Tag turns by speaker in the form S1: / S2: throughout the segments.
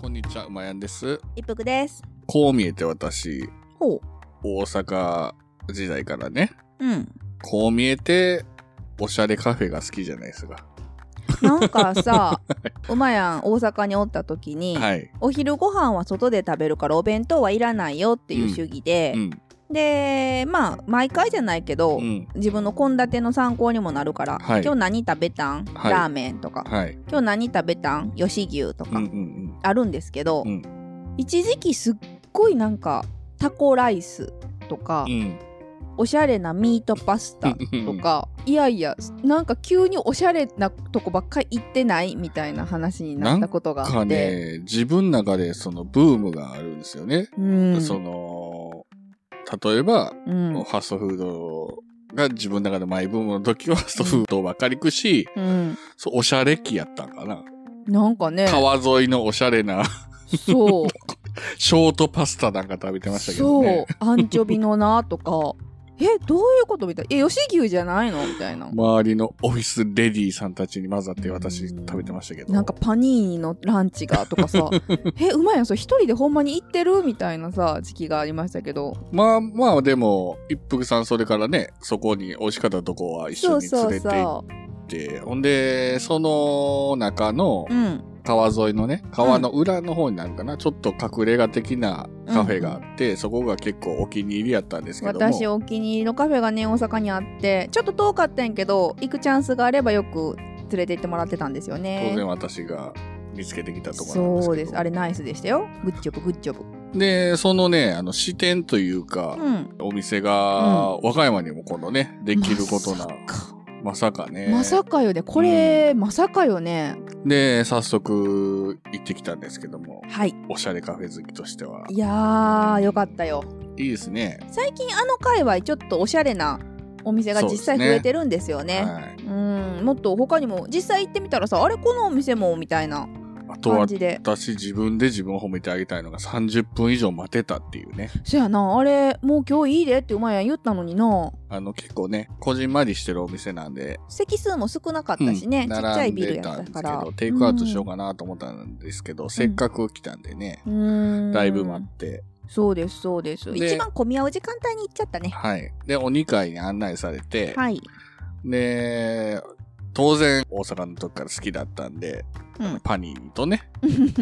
S1: こんにちは、うまやんです。
S2: 一服です。
S1: こう見えて私、
S2: ほ
S1: 大阪時代からね、
S2: う。うん。
S1: こう見えて、おしゃれカフェが好きじゃないですか。
S2: なんか さ、うまやん大阪におった時に、
S1: はい。
S2: お昼ご飯は外で食べるからお弁当はいらないよっていう主義で
S1: う、ん。
S2: で、まあ、毎回じゃないけど、
S1: うん。
S2: 自分の献立の参考にもなるから、
S1: はい
S2: 今日何食べたん、
S1: はい
S2: ラーメンとか、
S1: はい。
S2: 今日何食べたん吉牛と
S1: うん
S2: か、
S1: うん
S2: あるんですけど、
S1: うん
S2: 一時期すっごいなんかタコライスとか、
S1: うん。うん。
S2: おしゃれなミートパスタとか、いやいやなんか急におしゃれなとこばっかり行ってないみたいな話になったことがあ
S1: か
S2: って、
S1: ね、自分の中でそのブームがあるんですよね。
S2: うん
S1: その、例えば、
S2: うん
S1: ファストフードが自分の中でマイブームの時はファストフードばっかり行くし、
S2: うん、
S1: そうおしゃれ期やったんかな。
S2: なんかね
S1: 川沿いのおしゃれな
S2: そう
S1: ショートパスタなんか食べてましたけど
S2: そう
S1: ね。
S2: アンチョビのなとか えどういうことみたいなえ吉牛じゃないのみたいな、
S1: 周りのオフィスレディーさんたちに混ざって私食べてましたけど。
S2: なんかパニーニのランチがと かさえうまいやんそれ一人でほんまに行ってるみたいなさ時期がありましたけど
S1: まあまあでも、一服さんそれからね、そこに美味しかったとこは一緒に連れて行っ
S2: う
S1: て、ほんで、その中の
S2: うん
S1: 川沿いのね、川の裏の方になるかな、ちょっと隠れ家的なカフェがあって、そこが結構お気に入りやったんですけども。
S2: 私お気に入りのカフェがね大阪にあってちょっと遠かったんやけど行くチャンスがあればよく連れて行ってもらってたんですよね
S1: 当然私が見つけてきたところなんですけど。
S2: そうですあれナイスでしたよグッジョブグッジョブ
S1: で、そのね、あの、支店というか、
S2: うん
S1: お店が、和歌山にも今度ね、できることな、
S2: まさか
S1: まさかね。
S2: まさかよねこれ、まさかよね
S1: で、早速行ってきたんですけども、
S2: はい
S1: おしゃれカフェ好きとしては。
S2: いやーよかったよ
S1: いいですね。
S2: 最近あの界隈ちょっとおしゃれなお店が実
S1: そ
S2: 際
S1: うです
S2: 増
S1: ね
S2: えてるんですよね
S1: はい。
S2: うんもっと他にも実際行ってみたらさあれこのお店もみたいな
S1: あと
S2: 感
S1: は、
S2: じで
S1: 私自分で自分を褒めてあげたいのが30分以上待てたっていうね。
S2: そやなあれもう今日いいでってうまいやん言ったのにな
S1: あの、結構ね、こじんまりしてるお店なんで、
S2: 席数も少なかったしね、
S1: うん
S2: ちっちゃいビルや
S1: 並
S2: っ
S1: んでたんです
S2: たから
S1: けど、テイクアウトしようかなと思ったんですけど、せっかく来たんでね、
S2: うん
S1: だいぶ待って、
S2: そうですそうです
S1: で
S2: 一番混み合う時間帯に行っちゃったね
S1: はい。で、お2階に案内されて、
S2: はい、
S1: で、当然、大阪の時から好きだったんで、
S2: うん
S1: パニーニとね、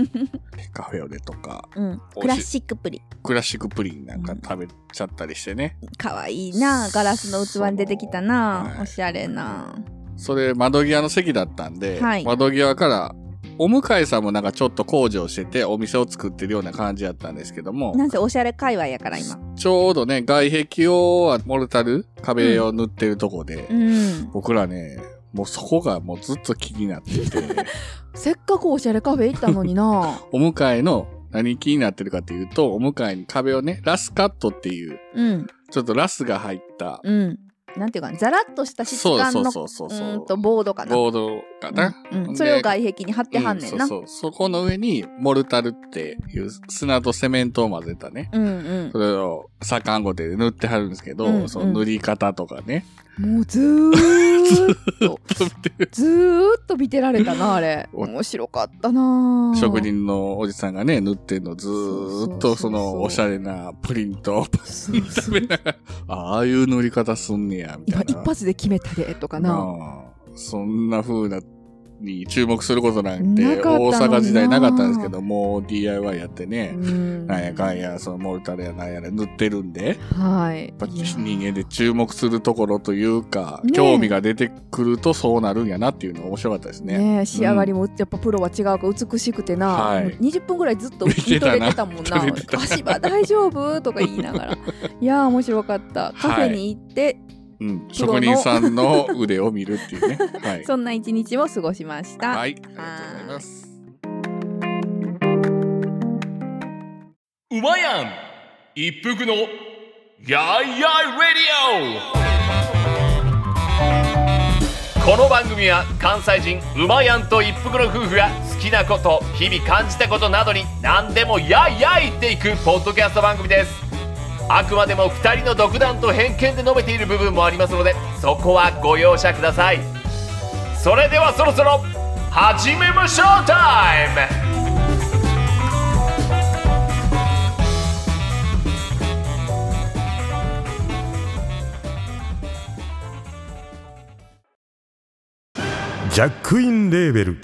S1: カフェオレとか、
S2: うん、
S1: い
S2: クラシックプリン
S1: クラシックプリンなんか食べちゃったりしてね。
S2: かわいいなガラスの器に出てきたな、
S1: そうはい
S2: おしゃれな
S1: それ、窓際の席だったんで、
S2: はい
S1: 窓際から、お向かいさんもなんかちょっと工事をしてて、お店を作ってるような感じだったんですけども、
S2: なんせおしゃれ界隈やから今
S1: ちょうどね、外壁を、モルタル、壁を塗ってるとこで、
S2: うん
S1: 僕らね、もうそこがもうずっと気になってて、
S2: せっかくおしゃれカフェ行ったのにな
S1: お向かいの何気になってるかっていうと、お向かいに壁をね、ラスカットっていう、
S2: うん
S1: ちょっとラスが入った、
S2: うんなんていうかなザラッとした質
S1: そう
S2: 感
S1: そ
S2: の
S1: う
S2: う
S1: そうそうそう
S2: ーんと
S1: う、
S2: ボードかな
S1: ボードかな。
S2: うんうん
S1: で
S2: それを外壁に貼ってはんねんな、
S1: うんそうそう。そこの上に、モルタルっていう砂とセメントを混ぜたね。
S2: うんうん
S1: それを、左官ごてで塗ってはるんですけど、
S2: うんうん
S1: その塗り方とかね。
S2: もうずーっ と
S1: ずっと見てる
S2: ずーっと見てられ たなあれ
S1: お
S2: 面白かったな
S1: 職人のおじさんがね、塗ってんのずーっとそ
S2: そうそうそうそう
S1: のおしゃれなプリントを
S2: そうそ
S1: 食
S2: う
S1: べながら、ああいう塗り方すんねや、みた
S2: 今
S1: いな。
S2: 一発で決めたでとかな
S1: なあそんな風なに注目することなんて
S2: なかった
S1: 大
S2: のにな
S1: 阪時代なかったんですけどもう DIY やってね、
S2: うん
S1: なんやかんやそのモルタルやなんやら塗ってるんでやっ
S2: はい
S1: ぱ
S2: いや
S1: 人間で注目するところというか、
S2: ねえ
S1: 興味が出てくるとそうなるんやなっていうのが面白かったですね。
S2: ねえ仕上がりもやっぱプロは違うから美しくてな、
S1: はい
S2: もう20分ぐらいずっと
S1: 見
S2: 見
S1: て
S2: と
S1: たな
S2: れてたもんな
S1: 見とれてた
S2: 足場大丈夫とか言い ながらいやー面白かったカフェに行って、
S1: うん、
S2: プ
S1: 職
S2: ロの
S1: 人さんの腕を見るって いうね。はい。
S2: そんな一日を過ごしました、
S1: はい、ありがとうございます。
S3: うまやん一服のやいやいレディオこの番組は関西人うまやんと一服の夫婦が好きなこと日々感じたことなどに何でもやいやい言っていくポッドキャスト番組ですあくまでも2人の独断と偏見で述べている部分もありますのでそこはご容赦くださいそれではそろそろ始めましょうタイム
S4: ジャックインレーベル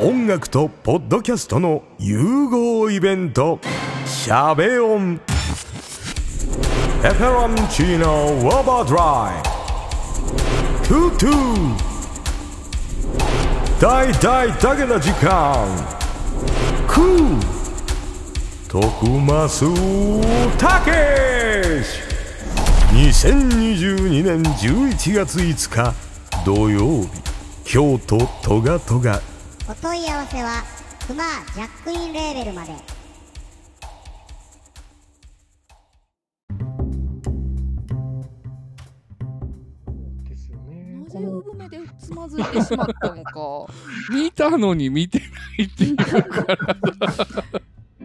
S4: 音楽とポッドキャストの融合イベント「シャベオン」「エフェロンチーノウォーバードライ」「トゥトゥ」「大大だけの時間」「クー」「徳マスたけし」2022年11月5日土曜日京都トガトガ
S5: お問い合わせはクマジャックインレーベルまで
S6: ですよね
S2: な。ぜうぶめでつまずいてしまった のか
S1: 見たのに見てないって いうから、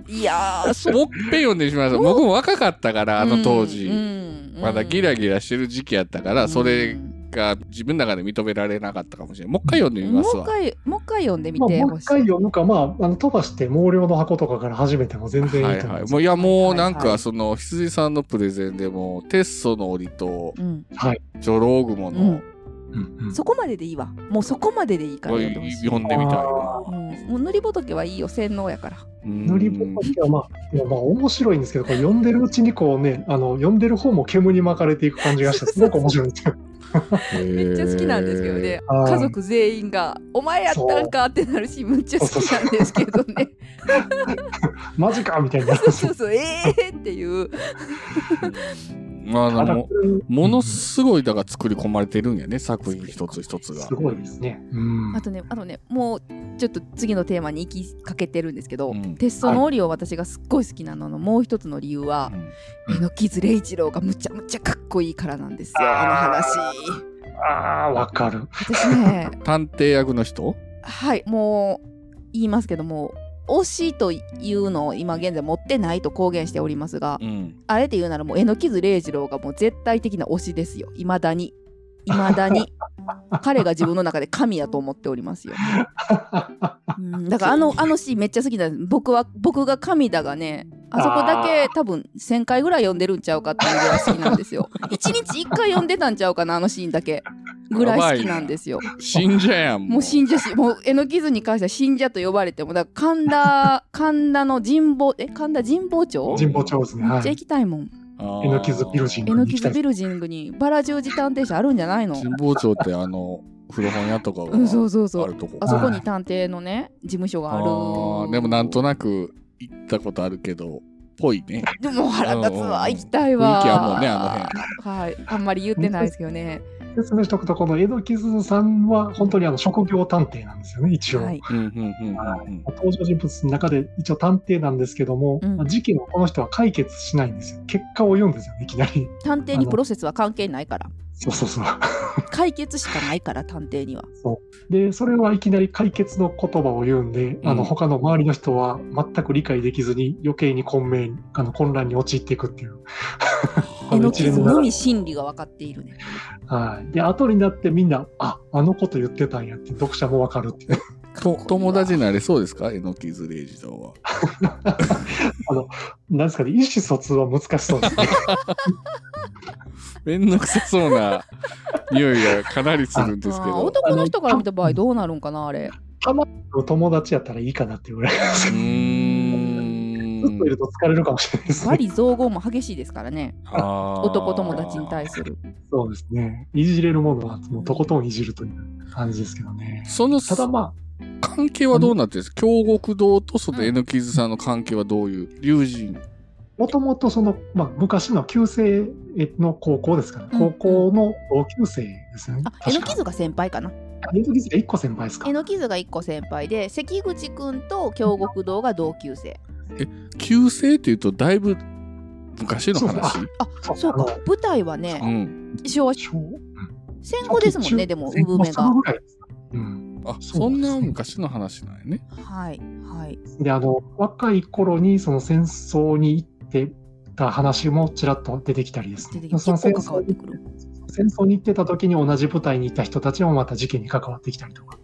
S2: いやー
S1: もっぺん読んでしまいました。僕も若かったから、あの当時。
S2: うんうん
S1: まだギラギラしてる時期やったから、それ
S2: うん
S1: が自分の中で認められなかったかもしれない。もう一回読んでみます
S2: もう一
S1: わ。
S2: 回もう一回読んでみ
S6: まあ、
S2: て
S6: もう
S2: ほ
S6: 一
S2: し
S6: 回
S2: い、
S6: 読むか、まあ、あの飛ばして毛量の箱とかから始めても全然
S1: はい
S6: い
S1: い
S6: と思い
S1: はい。
S6: ます。
S1: もういや、もうなん
S2: はいは
S1: か、その、羊さんのプレゼンでも、テッソの檻と、
S2: うん、
S1: ジョローグモ
S2: う
S1: の
S2: ん、
S6: うんうん
S2: そこまででいいわもうそこまででいいから
S1: これ
S2: 読んでほしい、
S1: 読んでみたいな
S6: あ。
S2: うん、もう塗りぼとけはいいよ洗脳やから
S1: うん
S6: 塗りぼこってはまあ、でもまあ面白いんですけど、これ読んでるうちにこうね、あの読んでる方も煙に巻かれていく感じがして、すごく面白いんで すよ。
S2: めっちゃ好きなんですけど。ね、
S6: はい
S2: 家族全員が「お前やったんか!」ってなるしむっちゃ好きなんですけどね
S6: マジかみたいな。
S2: そうそうええー、っていう
S1: まあ、 あの、もの
S6: す
S1: すごい、だから作り込まれてるんやね、作品一つ一つが。
S6: ごいですね。うん
S2: あとねあのねもうちょっと次のテーマに行きかけてるんですけど、
S1: うん
S2: テストのオリを私がすっごい好きなののもう一つの理由は
S1: うん
S2: 榎木津礼一郎がむちゃむちゃかっこいいからなんですよあの話
S6: ああ、わかる。
S2: 私ね
S1: 探偵役の人
S2: はいもう言いますけども推しというのを今現在持ってないと公言しておりますが、
S1: うん。
S2: あえて言うならもう榎木礼二郎がもう絶対的な推しですよ。いまだに。いまだに。彼が自分の中で神やと思っておりますよ。うんだからあのあのシーンめっちゃ好きなんです。僕は僕が神だがね、あそこだけ多分1000回ぐらい読んでるんちゃうかっていうぐらい好きなん ですよ。1日1回読んでたんちゃうかな、あのシーンだけ。ぐらい好きなんですよ。
S1: 信者やん。
S2: もう信者し、もう榎木図に関しては信者と呼ばれても、だから神 田、神田の神保、え、神田神保町
S6: 神保町ですね。
S2: め
S6: は
S2: っちゃ
S6: い
S2: 行。きたいもん。
S1: え
S6: えのきずビルジン
S2: えのきずビルジングにバラ十字探偵社あるんじゃないの
S1: 神保町ってあの古本屋とかが
S2: うん、そうそうそ
S1: ある。
S2: う
S1: とこ
S2: あそこに探偵のね、事務所がある。
S1: あーでもなんとなく行ったことあるけどぽいね
S2: でも腹立つ
S1: うんう
S2: わ、
S1: ん
S2: 行きたいわ。
S1: 雰囲気あるもんねあ
S2: の辺。はい、あんまり言ってないですけどね。
S6: 説明しておくと、この江戸木鈴さんは本当にあの職業探偵なんですよね、一応。
S2: はい。
S1: うんうんうんうん
S6: 登場人物の中で一応探偵なんですけども、
S2: うん
S6: まあ事件をこの人は解決しないんですよ。結果を言うんですよね、いきなり。
S2: 探偵にプロセスは関係ないから。
S6: そうそうそう。
S2: 解決しかないから、探偵には。
S6: で、それはいきなり解決の言葉を言うんで、あ
S1: うん
S6: の他の周りの人は全く理解できずに余計に混迷、あの混乱に陥っていくっていう。
S2: え
S6: あ
S2: の
S6: の
S2: き
S6: 一
S2: ず
S6: 連の
S2: の
S6: 流
S2: み
S6: れ
S2: 心理が分かっているね。
S6: はい。で、後になってみんな、あ、あのこと言ってたんやって読者もわかるっていう。
S1: と友達になれそうですかえのきずれい児童は
S6: なんですかね、意思疎通は難しそうです ね。
S1: めんどくさそうな 匂いがかなりするんですけ
S2: あー
S1: ど
S2: 男の人から見た場合どうなるんかな、あれ。
S6: お友達やったらいいかなっていうぐらい。
S1: うー
S6: ずっといる
S1: ん
S6: と疲れるかもしれないです
S2: バ
S6: ね。
S2: リ造語も激しいですか らね。男
S1: 男
S2: 友達に対する。
S6: そうですね。いじれるものはもうとことんいじるという感じですけどね。
S1: その
S6: ただま
S1: 関係はどうなってるんですか京極堂とそのえのきずさんの関係はどういう龍神
S6: あ、もともとその、まあ、昔の旧制の高校ですから、
S2: うんうん
S6: 高校の同級生ですよね。
S2: あ、え
S6: 確
S2: の
S6: か
S2: きずが先輩かな。
S6: えのきずが1個先輩ですか
S2: え。のきずが1個先輩で関口くんと京極堂が同級生
S1: 旧姓っていうとだいぶ昔の
S6: そう
S1: 話
S6: そう
S2: あそうか
S6: あの
S2: 舞台は
S1: う
S2: ね
S1: ん
S2: 昭和
S6: 小
S2: 戦後ですもんねでも
S6: 戦
S2: 産
S6: 後
S2: め
S6: すぐ
S2: が
S6: ぐらいですかうん。
S1: あ
S6: そ
S1: そう
S6: で
S1: ん
S6: すね
S1: な昔の話なんやね
S2: はいはい
S6: で、あの、若い頃にその戦争に行ってた話もちらっと出てきたりです
S2: 出て
S6: ね
S2: き。て
S6: そ
S2: 結
S6: の
S2: 構
S6: 戦
S2: 関わ
S6: 争
S2: って
S6: に
S2: くる
S6: 戦争に行ってた時に同じ部隊に行った人たちもまた事件に関わってきたりとか。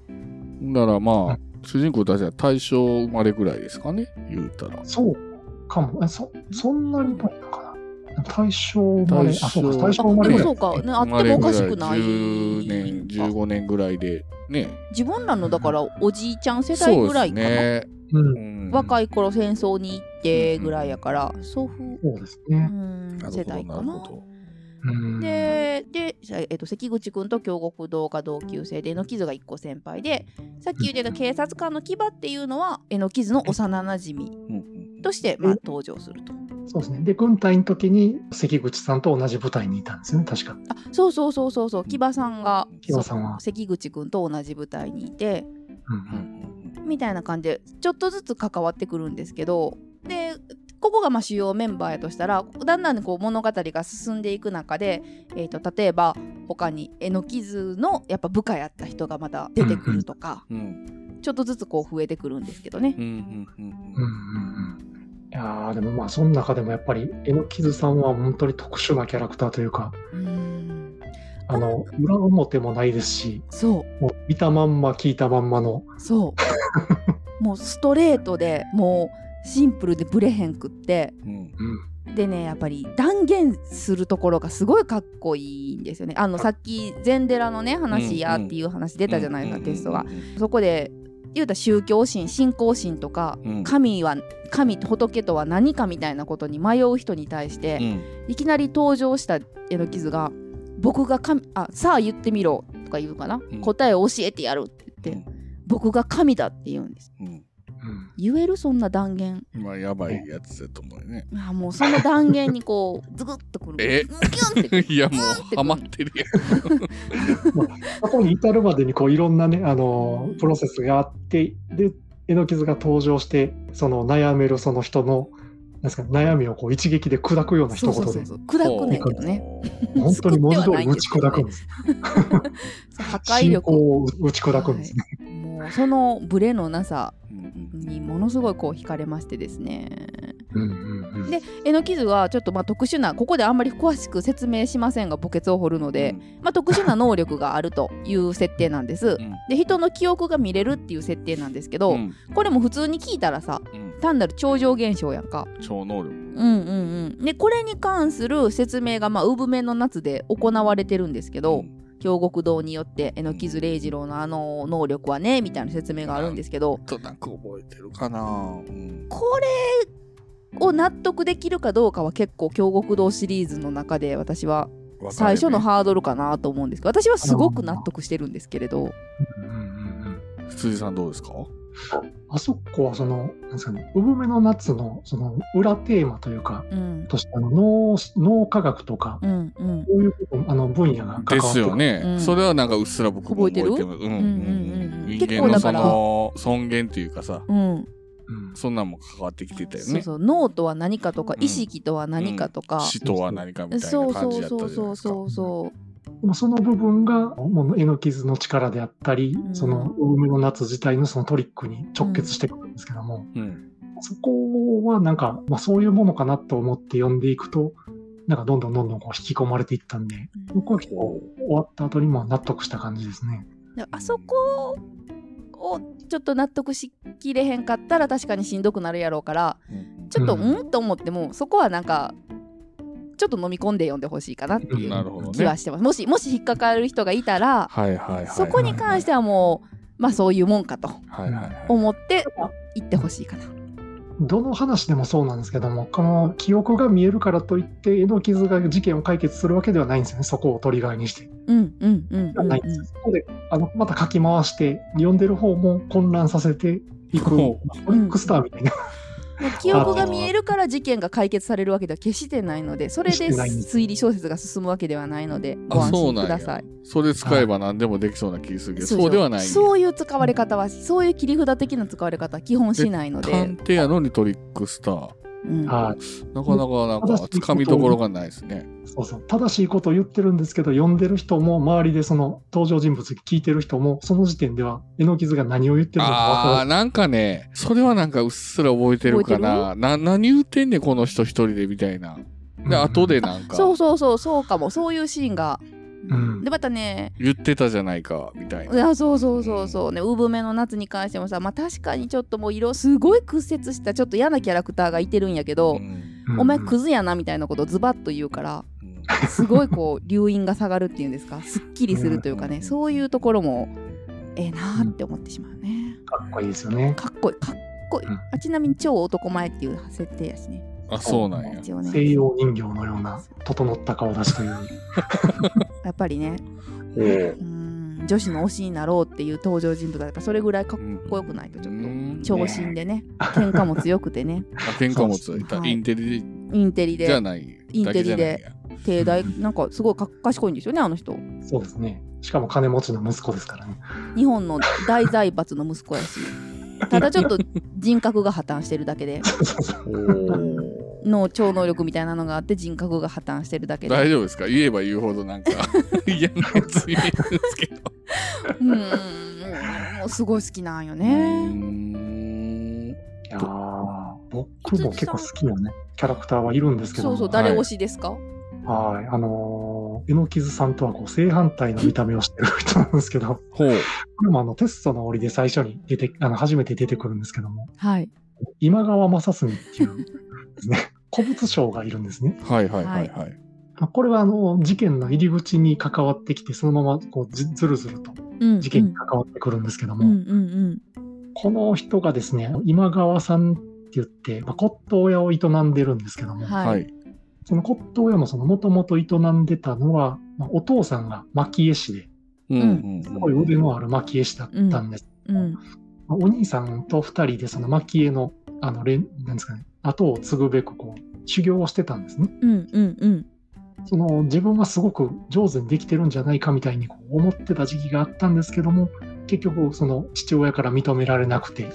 S1: だからま
S6: は
S1: あ、主人公たちは大正生まれぐらいですかね、言うたら。
S6: そうかも。えそそんなにないのかな。大正生まれ、あ、
S1: 大正
S6: そうか、大正生
S2: あ
S6: ま
S2: で
S6: れ
S2: も
S6: ぐら
S2: そ
S6: いう
S2: か、ね、あってもおかしくない
S1: 10年、15年ぐらいで、ね。
S2: 自分らのだからおじいちゃん世代ぐらいかな、
S1: そうですね。
S6: うん。
S1: うん
S2: 若い頃戦争に行ってぐらいやから、祖父、
S6: そうです
S2: う
S6: ね。
S2: ん、
S1: なるほど
S2: 世代か
S1: なる
S2: な
S1: ほど
S6: うん。
S2: でで、えっと関口君と京極堂が同級生で榎津が1個先輩でさっき言ってた警察官の牙っていうのは榎津の幼なじみ
S1: うんうん
S2: として、まあ、登場すると
S6: そうですね。で、軍隊の時に関口さんと同じ部隊にいたんですよね、確か。
S2: あそうそうそうそうそう騎馬さんが
S6: 騎馬さんは
S2: そう関口君と同じ舞台にいて
S6: う
S1: うん
S6: ん。
S1: うん
S2: みたいな感じでちょっとずつ関わってくるんですけどでここがまあ主要メンバーやとしたらだんだんこう物語が進んでいく中で、えー、と例えば他に榎津のやっぱ部下やった人がまた出てくるとか、
S1: うん
S2: ちょっとずつこう増えてくるんですけどね
S1: うんう。んうん
S6: うんうんうん。いやーでもまあ、その中でもやっぱり、榎木さんは本当に特殊なキャラクターというか、
S2: うん
S6: あの、裏表もないですし、
S2: そ
S6: もう見たまんま聞いたまんまの、
S2: うそうもうストレートでもうシンプルでブレへんくって
S1: うん
S6: うん。
S2: でねやっぱり断言するところがすごいかっこいいんですよね。あのさっき禅寺のね話やっていう話出たじゃないですかテストが。。そこで言うたら宗教心信仰心とか
S1: うん
S2: 神は神仏とは何かみたいなことに迷う人に対して、
S1: うん
S2: いきなり登場した絵の傷が「僕が神あさあ言ってみろ」とか言うかな、
S1: うん
S2: 答えを教えてやるって言って、僕が神だって言うんです
S1: うん
S6: うん
S2: 言えるそんな断言
S1: うんまあ、やばいやつだと思うよね。
S2: ああもうその断言にこ うズグッとくる
S1: え
S2: うんキュンってくる
S1: いや、も
S2: うんって
S1: う、ハ
S2: くる
S1: マってるや
S6: そこに至るまでにこういろんなねあのプロセスがあってで絵の傷が登場してその悩めるその人のなんですか悩みをこう一撃で砕くような
S2: そう
S6: 一
S2: そう
S6: 言
S2: そう
S6: で
S2: そう砕くねんけどね
S1: ね
S6: 本当に文字通り打ち砕くんです
S2: そう破壊
S6: 信
S2: 力
S6: 仰を打ち砕くんですね、
S2: もうそのブレのなさ
S1: うん
S2: にものすごいこう惹かれましてですね
S6: うんうんうん
S2: で絵の傷はちょっとまあ特殊なここであんまり詳しく説明しませんが墓穴を掘るので、まあ、特殊な能力があるという設定なんです。
S1: うん
S2: で人の記憶が見れるっていう設定なんですけ
S1: う
S2: ど、
S1: ん
S2: これも普通に聞いたらさ
S1: うん
S2: 単なる超常現象やんか。
S1: 超能力。
S2: うんうんうん、でこれに関する説明が、まあ、産めの夏で行われてるんですけど、
S1: うん
S2: 京極堂によって榎木津礼二郎のあの能力はねみたいな説明があるんですけど
S1: なんとなく覚えてるかな。うん
S2: これを納得できるかどうかは結構京極堂シリーズの中で私は最初
S1: 分
S2: の
S1: か
S2: ハードルかなと思うんですけど私はすごく納得してるんですけれど。
S6: うんうんうん
S1: れるね羊さんどうですか
S6: あそこはそのなんですかね「産めの夏の」その裏テーマというか
S2: うん
S6: としてあの脳脳科学とか、
S2: うんうん
S6: こういうことあの分野が関
S1: で
S6: わっ
S1: す
S6: て
S1: よね、
S2: うん
S1: それはなんかうっすら僕も覚えてる。
S2: 覚えて
S1: うんうん
S2: うんうんうん
S1: うん人間
S2: 結構
S1: の
S2: だ
S1: そ
S2: から
S1: の尊厳というかさ、
S2: うん、
S6: うん
S1: そんなんも関わってきてたよ
S2: そう
S1: ね。
S2: そう脳とは何かとか、
S1: うん
S2: 意識とは何かとか、
S1: 死とは何かみたい
S2: そ
S1: な
S2: うそ
S1: 感じ
S2: う
S1: やったじ
S2: そ
S1: ゃ
S2: う
S1: ないで
S2: そう
S1: すか。
S2: そうそ
S6: でもその部分がもう絵の傷の力であったり、
S2: うん
S6: その大梅の夏自体のそのトリックに直結してくるんですけども、
S1: うん
S6: そこはなんか、まあ、そういうものかなと思って読んでいくとなんかどんどんどんどんこう引き込まれていったんで
S2: う
S6: 僕は結構終わった後にも納得した感じですね。
S2: であそこをちょっと納得しきれへんかったら確かにしんどくなるやろうから
S1: うん
S2: ちょっと
S6: うん
S2: うんと思ってもそこはなんかちょっと飲み込んで読んでほしいかなっていう
S1: なるほど
S2: 気
S1: ね
S2: は。してます、もしもし引っかかる人がいたら
S1: はいはいはい。
S2: そこに関してはもうまあそういうもんかと
S1: はいはいはい。
S2: 思って行ってほしいかな。
S6: どの話でもそうなんですけどもこの記憶が見えるからといって絵の傷が事件を解決するわけではないんですよねそこをトリガーにして。
S2: うんうんうんうん、う
S6: ない
S2: ん
S6: んですよ。そこであのまた書き回して読んでる方も混乱させていく
S1: ほ
S6: トリックスターみたいな
S2: もう記憶が見えるから事件が解決されるわけでは決してないのでそれで
S6: 決してないんです
S2: 推理小説が進むわけではないので
S1: あ
S2: ご安
S1: そう
S2: 心
S1: なん
S2: く
S1: や
S2: ださい。
S1: それ使えば何でもできそうな気するけど、
S2: しょ
S1: そうではないんや
S2: そういう使われ方はそういう切り札的な使われ方は基本しないので
S1: 探、偵やのにトリックスター。
S2: うん
S6: はい
S1: なかなかなんかつかみどころがないですね。
S6: そうそう正しいことを言ってるんですけど読んでる人も周りでその登場人物聞いてる人もその時点では絵の傷が何を言ってるの
S1: ああー、
S6: か
S1: なんかね、それはなんかうっすら覚えてるかな。な、何言ってんねん、この人一人でみたいな。
S6: 分
S1: で、
S6: かる。
S1: 後で
S6: な。
S1: なんか、
S2: そうそうそうそうかもそういうシーンが、
S6: うん
S2: でまたね
S1: 言ってたじゃないか、みたい
S2: い
S1: な。
S2: やそうそうそうそうね産めの夏に関してもさまあ確かにちょっともう色すごい屈折したちょっと嫌なキャラクターがいてるんやけど、
S1: うん
S6: うん
S2: お前クズやなみたいなことをズバッと言うから
S1: うん
S2: すごいこう留飲が下がるっていうんで すかすっきりするというか
S1: う
S2: ね
S1: ん
S2: そういうところもええなーって思ってしまうね
S6: かっこいいですよね。
S2: かっこいいかっこいい
S6: うん
S2: あちなみに超男前っていう設定やしね
S1: あ、そうなんや。
S2: 一応ね
S6: 西洋人形のような整った顔立ちという。
S2: やっぱりね
S1: ほ
S2: うーん女子の推しになろうっていう登場人物がやっぱそれぐらいかっ
S1: うん。
S2: こよくないとちょっと
S1: うん
S2: 長身でね喧嘩も強くて ね
S1: あ、喧嘩もついた。
S2: はい
S1: インテリ
S2: インテリ
S1: じゃ
S2: で
S1: ない。
S2: イン
S1: だ
S2: テリで
S1: けじゃないんや。
S2: 帝大なんかすごいか賢いんですよねあの人
S6: そうですね。しかも金持ちの息子ですからね。
S2: 日本の大財閥の息子やしただちょっと人格が破綻してるだけ で
S6: そうそうそう
S1: おー
S2: の超能力みたいなのがあって人格が破綻してるだけ
S1: 大
S2: で
S1: 丈夫ですか言えば言うほど なんか嫌なやつ言えるんですけど。
S2: うーんもうすごい好きなんよ
S1: う
S2: ね
S1: ーん
S6: いやー僕も結構好きなね、キャラクターはいるんですけど
S2: そ
S6: も、
S2: うそう
S1: だ
S2: 誰推しですか、
S6: はい、あのー、えのきずさんとはこう正反対の見た目をしてる人なんです けど、こ
S1: ほう。
S6: れもあの、テストの檻で最初に出て、あの、初めて出てくるんですけども、
S2: はい
S6: 今川正純っていうです ね、古物商がいるんですね。
S1: はいはいはいはい。
S6: まあこれはあの、事件の入り口に関わってきて、そのままこうずずるずると
S2: うん
S6: 事件に関わってくるんですけど
S2: うん
S6: も、
S2: うんうん
S6: この人がですね、今川さんって言って、まあ、骨董屋を営んでるんですけど
S2: うん
S6: も、
S2: はい、
S1: はい。
S6: その骨董屋もそのもともと営んでたのは、まあお父さんが蒔絵師で、
S1: うんうん
S6: すごい腕のある蒔絵師だったんです。
S2: うん
S6: まあお兄さんと二人でその蒔絵の、あの、れんなんですかね、後を継ぐべくこう、修行をしてたんですね。
S2: うんうんうん
S6: その自分はすごく上手にできてるんじゃないかみたいにこう思ってた時期があったんですけども、結局その父親から認められなくて、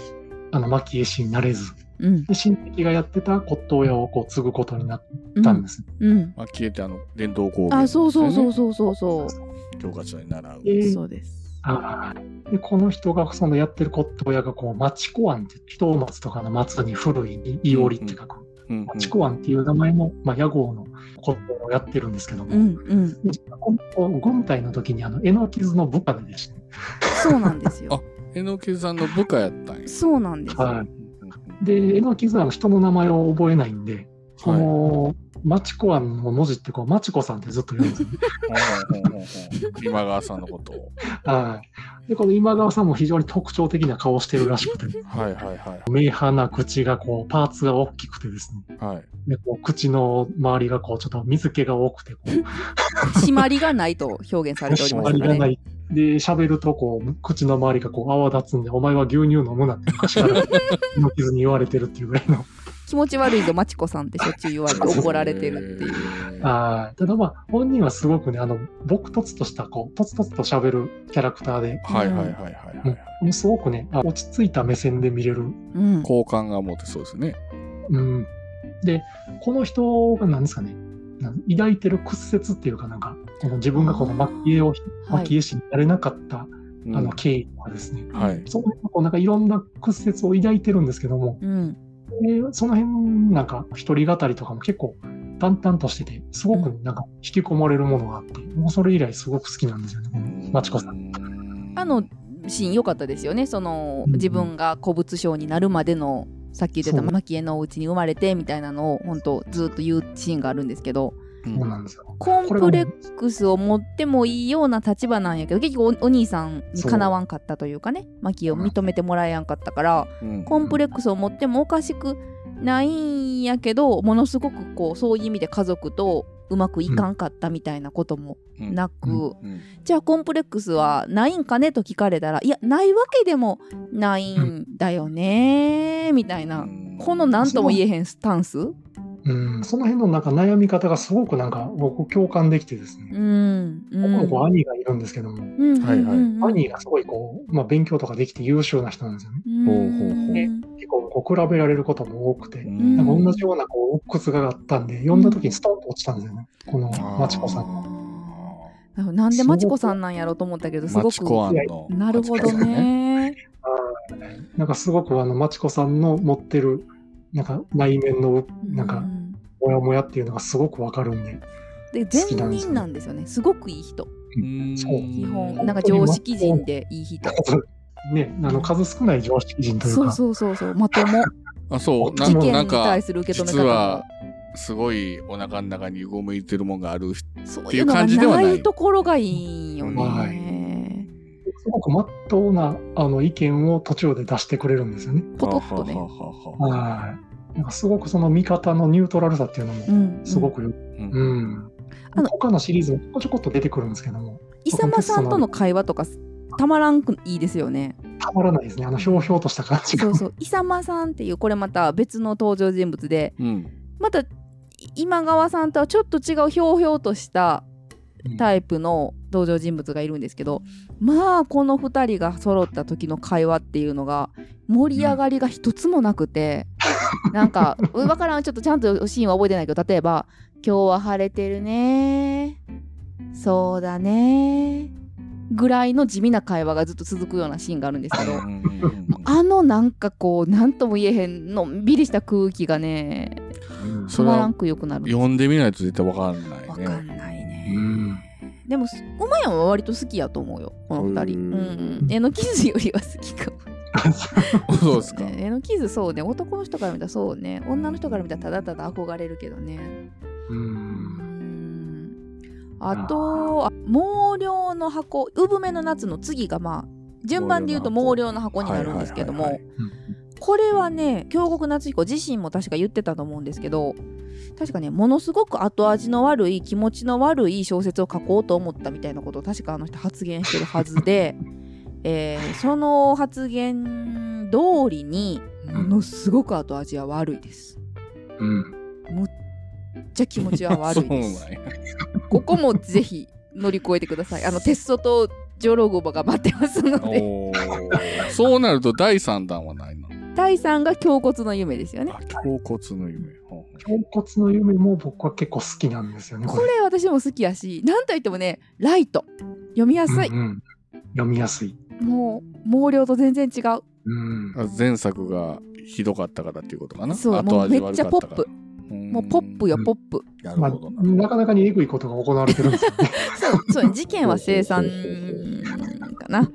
S6: あの蒔絵師になれず、
S2: うん
S6: で親戚がやってた骨董屋をこう継ぐことになっ
S2: う
S6: たん
S2: ん
S6: です。
S2: うん
S1: まあ、消えてあの、伝統工芸、
S2: あそうそうそう
S1: う。
S2: そうそうそ
S1: 教科書に習う。
S2: う
S6: で
S2: そうです
S6: あーでこの人がそのやってる骨董屋がこう町子庵って人を待つとかの松に古いにいおりって書く、
S1: うんうん
S6: 町子庵っていう名前の、まあ、屋号の骨董をやってるんですけども、
S2: うんうん
S6: 実はこの軍隊の時にあのえのきずの部下でですね、
S2: そうなんですよ
S1: えのきさんの部下やったんや。
S2: そうなんですよ、
S6: はいでえのきずはあの人の名前を覚えないんでこ
S1: はい
S6: の町子庵の文字ってこう町子さんってずっと言うんですよね
S1: ほんほんほんほん今川さんのことを。
S6: はいでこの今川さんも非常に特徴的な顔をしてるらしくて
S1: はいはいは
S6: 目鼻口がこうパーツが大きくてですね
S1: い。はい。
S6: でこう口の周りがこうちょっと水気が多くてこう
S2: 締まりがないと表現されておりま
S6: 締
S2: し
S6: ま
S2: た
S6: り
S2: か
S6: がな
S2: ね。
S6: い。で喋るとこう口の周りがこう泡立つんで「お前は牛乳飲むな」って昔からの傷に言われてるっていうぐらい の
S2: 気持ち悪いぞ、マチコさんってしょっちゅう言われて怒られてるっていう。
S1: いう。
S6: あーただまあ本人はすごくねあの僕とつとしたこうとつとつと喋るキャラクターで、
S1: はいはいはいはいはいはい。
S6: うんすごくねあ落ち着いた目線で見れる。
S2: うん。
S1: 好感が持てそうですね。
S6: うん、でこの人が何ですかねなん抱いてる屈折っていうかなんかこの自分がこの蒔絵を蒔絵師になれなかった、
S1: うん
S6: あの経緯とかですね、
S1: はい。
S6: その辺のこうなんかいろんな屈折を抱いてるんですけども、
S2: うん。
S6: でその辺なんか一人語りとかも結構淡々としてて、すごくなんか引き込まれるものがあって、もうそれ以来すごく好きなんですよね、このまちこさん。
S1: ん
S2: あの、シーン良かったですよね。その、
S6: うん
S2: 自分が古物商になるまでの、さっき言ってた
S6: そう
S2: 蒔絵のお家に生まれてみたいなのを、本当ずっと言うシーンがあるんですけど、
S1: うん
S6: そうなんですよ。
S2: コンプレックスを持ってもいいような立場なんやけど、結局おお兄さんにかなわんかったというかね、蒔絵を認めてもらえやんかったから、
S1: うん
S2: コンプレックスを持ってもおかしくないんやけどものすごくこうそういう意味で家族とうまくいかんかったみたいなこともなく、
S6: う
S1: うん
S2: じゃあコンプレックスはないんかねと聞かれたらいやないわけでもないんだよねみたいな、
S1: うん
S2: この何とも言えへんスタンスう
S6: うん、その辺のなんか悩み方がすごくなんか僕共感できてですね、
S2: んうん
S6: 僕の子兄がいるんですけども、
S2: うん
S1: はいはい
S2: うんうん
S6: 兄がすごいこう、まあ、勉強とかできて優秀な人なんですよね。
S2: うん
S1: ほうほうほう
S6: 結構こう比べられることも多くて、
S2: ん
S6: なんか同じようなこう、鬱屈があったんで、読んだ時にストンと落ちたんですよね、このまちこさん。
S1: ん。
S2: だからなんでマチコさんなんやろうと思ったけどすご
S1: マチコ
S2: く
S1: アンの。
S2: なるほど
S1: マチコさん。
S2: ね
S6: なんかすごくあの、まちこさんの持ってる、なんか内面の、なん
S2: う
S6: か、モヤモヤっていうのがすごくわかるんで。
S2: で
S6: 好き
S2: 善
S6: なんですよ
S2: 人なんですよねすごくいい人
S1: うん
S6: そう
S2: 基本
S6: ん
S2: なんか常識人でいい人
S6: ね、あの、数少ない常識人という
S2: そう
S6: か、
S2: そうそうそうまとも
S1: あ、そう。な
S2: 事
S1: ん
S2: 件
S1: な
S2: に
S1: んか
S2: 対、する受け止め
S1: 実
S2: 方も
S1: はすごいお腹の中にうごむいてるもんがある人
S2: そう
S1: て
S2: い
S1: いうう
S2: のが
S1: 感じではない
S2: ないところがいいんよ
S6: は
S2: ね。
S6: すごくまっとうなあの意見を途中で出してくれるんですよね。
S2: ポトッとね
S1: ははははは
S6: はい。なんかすごくその見方のニュートラルさっていうの
S2: う
S6: も
S2: ん、
S6: すごくよ、
S1: うん
S6: うん。
S2: あの
S6: 他のシリーズもちょこちょこっと出てくるんですけども、
S2: イサマさんとの会話とかたまらんくいいですよね。
S6: たまらないですね。あのひょうひょうとした感じが。
S2: そうそう。イサマさんっていうこれまた別の登場人物で
S1: うん
S2: またい今川さんとはちょっと違うひょうひょうとした
S6: うん
S2: タイプの登場人物がいるんですけど、まあこの2人が揃った時の会話っていうのが盛り上がりが一つもなく て、なんか分からんちょっとちゃんとシーンは覚えてないけど例えば「今日は晴れてるねそうだね」ぐらいの地味な会話がずっと続くようなシーンがあるんですけ
S1: う
S2: ど
S1: んうんうんうん
S2: あのなんかこう何とも言えへんのんびりした空気がね
S6: うん
S2: た
S1: それ
S2: まら
S1: は
S2: んく良くなる
S1: 読んでみないと絶対わかんないね。
S2: わかんないね。
S1: うん
S2: でも、すうまやんは割と好きやと思うよ、この二人。
S1: う
S2: うんんうん。絵のキズよりは好きかも。
S1: そうですか。
S2: ね絵のキズ、そうね。男の人から見たらそうね。女の人から見たらただただ憧れるけどね。
S6: うん
S2: うんあと、あ毛量の箱、産めの夏の次がまあ、順番で言うと毛量の箱になるんですけど
S1: はいはい
S2: も
S1: はい、
S2: これはね、京極夏彦自身も確か言ってたと思うんですけど、確かね、ものすごく後味の悪い、気持ちの悪い小説を書こうと思ったみたいなことを確かあの人発言してるはずで、 えーその発言通りに、ものすごく後味は悪いです。
S6: うん
S2: じゃあ気持ちは悪いです
S1: そう。なんや
S2: ここもぜひ乗り越えてください。あの、鉄ソと上ロゴバが待ってますので。
S1: おーそうなると第三弾はないの。
S2: 第3が胸骨の夢ですよね。
S1: あ、胸骨の夢。ほうほう
S6: 胸骨の夢も僕は結構好きなんですよね。
S2: これ私も好きやし、なんといってもね、ライト。読みやすい。
S6: うんうん読みやすい。
S2: もう、毛量と全然違う。
S6: うん。
S1: あ前作がひどかったからっていうことかな。
S2: そう、
S1: 後
S2: もうめ
S1: 味
S2: っ
S1: 悪
S2: ちゃ
S1: か
S2: ポ
S1: った
S2: ッ
S1: か
S2: プ
S1: ら。。うん
S2: もうポップよ、ポップ。
S1: なる
S6: まあ
S1: ほど、なるほど
S6: なかなかにエグいことが行われてるんですよね。
S2: そう、そう、事件は生産かな。 うん